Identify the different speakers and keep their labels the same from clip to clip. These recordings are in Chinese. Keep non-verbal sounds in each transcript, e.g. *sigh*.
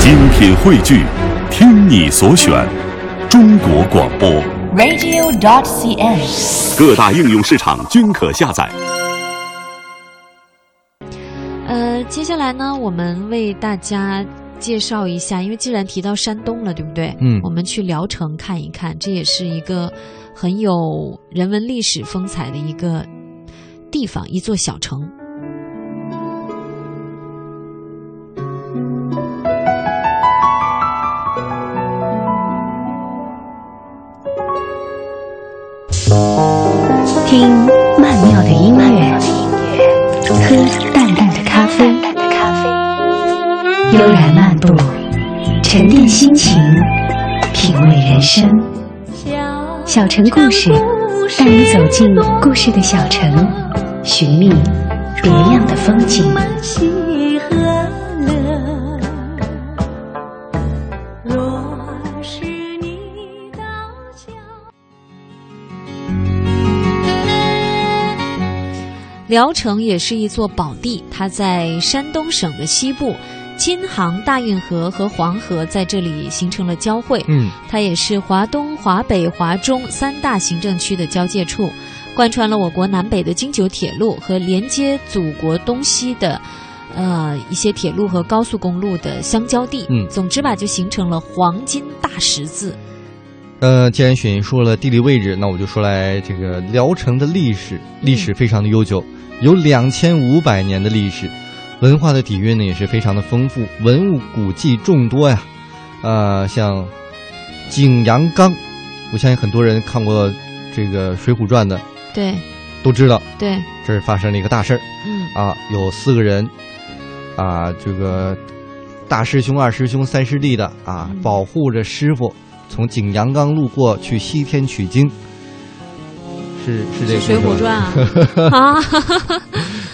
Speaker 1: 精品汇聚，听你所选，中国广播。
Speaker 2: radio.cn。
Speaker 1: 各大应用市场均可下载。
Speaker 3: 呃，接下来呢，我们为大家介绍一下，因为既然提到山东了，对不对？
Speaker 4: 嗯
Speaker 3: 我们去聊城看一看，这也是一个很有人文历史风采的一个地方，一座小城。
Speaker 5: 听曼妙的音乐，喝淡淡的咖啡，悠然漫步，沉淀心情，品味人生。小城故事带你走进故事的小城，寻觅别样的风景。
Speaker 3: 聊城也是一座宝地，它在山东省的西部，京杭大运河和黄河在这里形成了交汇。
Speaker 4: 嗯
Speaker 3: 它也是华东、华北、华中三大行政区的交界处，贯穿了我国南北的经九铁路和连接祖国东西的，呃一些铁路和高速公路的相交地。
Speaker 4: 嗯
Speaker 3: 总之吧，就形成了黄金大十字。
Speaker 4: 呃，既然雪莹说了地理位置，那我就说来这个聊城的历史，历史非常的悠久，有两千五百年的历史，文化的底蕴呢也是非常的丰富，文物古迹众多呀，呃，像景阳冈，我相信很多人看过这个《水浒传》的
Speaker 3: 对
Speaker 4: 都知道，
Speaker 3: 对，
Speaker 4: 这儿发生了一个大事儿
Speaker 3: 嗯
Speaker 4: 啊，有四个人，啊，这个大师兄、二师兄、三师弟的啊
Speaker 3: 嗯，
Speaker 4: 保护着师傅从景阳冈路过去西天取经，是是这个
Speaker 3: 是水
Speaker 4: 故
Speaker 3: 浒
Speaker 4: 事
Speaker 3: 传
Speaker 4: 吗
Speaker 3: 啊
Speaker 4: *laughs*
Speaker 3: 啊，哈哈哈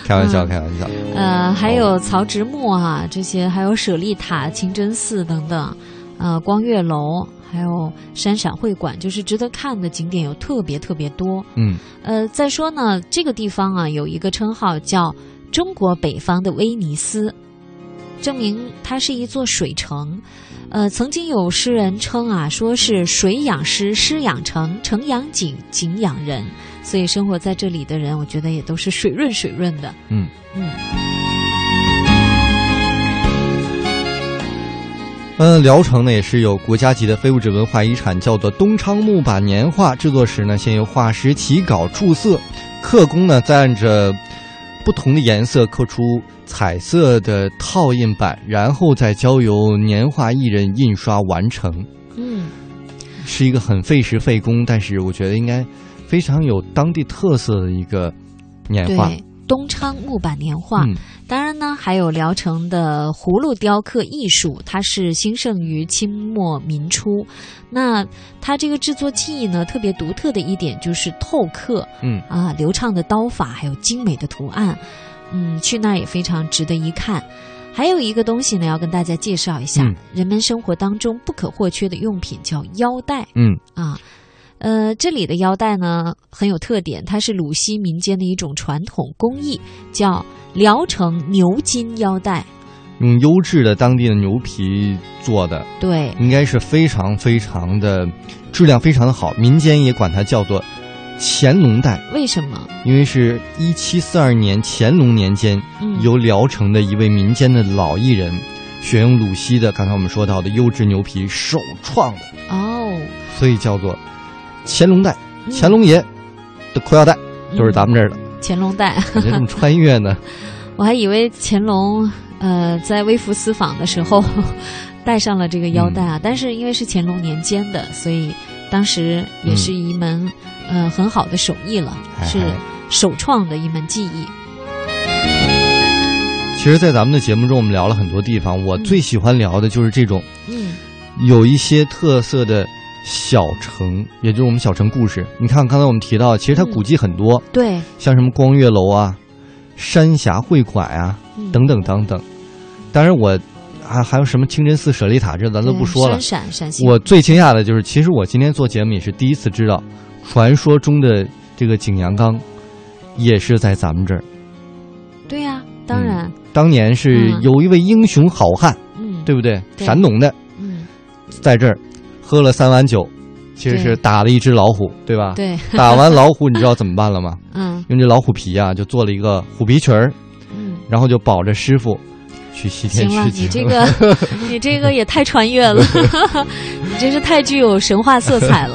Speaker 4: 开玩笑，
Speaker 3: 嗯
Speaker 4: 开玩笑。
Speaker 3: 呃，还有曹植墓啊，这些还有舍利塔、清真寺等等，呃，光月楼，还有山闪会馆，就是值得看的景点有特别特别多。
Speaker 4: 嗯，
Speaker 3: 呃，再说呢，这个地方啊，有一个称号叫“中国北方的威尼斯”，证明它是一座水城。呃，曾经有诗人称啊，说是“水养诗，诗养城，城养景，景养人”，所以生活在这里的人，我觉得也都是水润水润的。
Speaker 4: 嗯
Speaker 3: 嗯，
Speaker 4: 嗯，聊城呢也是有国家级的非物质文化遗产，叫做东昌木把年画。制作时呢，先由画师起稿注色，刻工呢再按着不同的颜色刻出彩色的套印版，然后再交由年画艺人印刷完成，
Speaker 3: 嗯，
Speaker 4: 是一个很费时费工，但是我觉得应该非常有当地特色的一个年画。
Speaker 3: 对，东昌木板年画。
Speaker 4: 嗯
Speaker 3: 当然呢，还有聊城的葫芦雕刻艺术，它是兴盛于清末民初。那它这个制作技艺呢，特别独特的一点就是透刻
Speaker 4: 嗯，
Speaker 3: 啊，流畅的刀法，还有精美的图案，嗯，去那儿也非常值得一看。还有一个东西呢，要跟大家介绍一下，
Speaker 4: 嗯
Speaker 3: 人们生活当中不可或缺的用品叫腰带。
Speaker 4: 嗯
Speaker 3: 啊，呃，这里的腰带呢很有特点，它是鲁西民间的一种传统工艺，叫聊城牛筋腰带。
Speaker 4: 嗯用优质的当地的牛皮做的，
Speaker 3: 对，
Speaker 4: 应该是非常非常的质量非常的好，民间也管它叫做乾隆带，
Speaker 3: 为什么？
Speaker 4: 因为是一七四二年乾隆年间
Speaker 3: 嗯，
Speaker 4: 由聊城的一位民间的老艺人选用鲁西的刚才我们说到的优质牛皮首创的，
Speaker 3: 哦，
Speaker 4: 所以叫做乾隆带、
Speaker 3: 嗯
Speaker 4: 乾隆爷的裤腰带都是咱们这儿
Speaker 3: *laughs*
Speaker 4: 的，
Speaker 3: 乾隆带，
Speaker 4: 感觉这么穿越呢？
Speaker 3: 我还以为乾隆呃在微服私访的时候 *laughs* 带上了这个
Speaker 4: 嗯
Speaker 3: 腰带啊，但是因为是乾隆年间的，所以当时也是一门、呃很好的手艺了，
Speaker 4: 嗯哎
Speaker 3: 是首创的一门技艺。
Speaker 4: 其实，在咱们的节目中，我们聊了很多地方，我最喜欢聊的就是这种
Speaker 3: 嗯
Speaker 4: 有一些特色的小城，也就是我们小城故事。你看，刚才我们提到，其实它古迹很多，
Speaker 3: 对，
Speaker 4: 像什么光月楼啊、山峡会馆啊
Speaker 3: 嗯
Speaker 4: 等等等等。当然我，还还有什么清真寺、舍利塔，这咱都
Speaker 3: 对
Speaker 4: 不说了
Speaker 3: 嗯山。陕陕西
Speaker 4: 我最惊讶的就是，其实我今天做节目也是第一次知道，传说中的这个景阳冈，也是在咱们这儿。
Speaker 3: 对呀、当然，
Speaker 4: 当年是
Speaker 3: 嗯
Speaker 4: 有一位英雄好汉，
Speaker 3: 嗯嗯
Speaker 4: 对不对？
Speaker 3: 对
Speaker 4: 山东的，
Speaker 3: 嗯，
Speaker 4: 在这儿喝了三碗酒，其实
Speaker 3: 对
Speaker 4: 是打了一只老虎，对吧？
Speaker 3: 对， *laughs*
Speaker 4: 打完老虎，你知道怎么办了吗？ *laughs*
Speaker 3: 嗯
Speaker 4: 用这老虎皮啊，就做了一个虎皮裙儿，
Speaker 3: 嗯。
Speaker 4: 然后就保着师傅去西天
Speaker 3: 行了，
Speaker 4: 取
Speaker 3: 你这 *laughs*
Speaker 4: 经。
Speaker 3: 个，你这个也太穿越了，你真是太具有神话色彩了。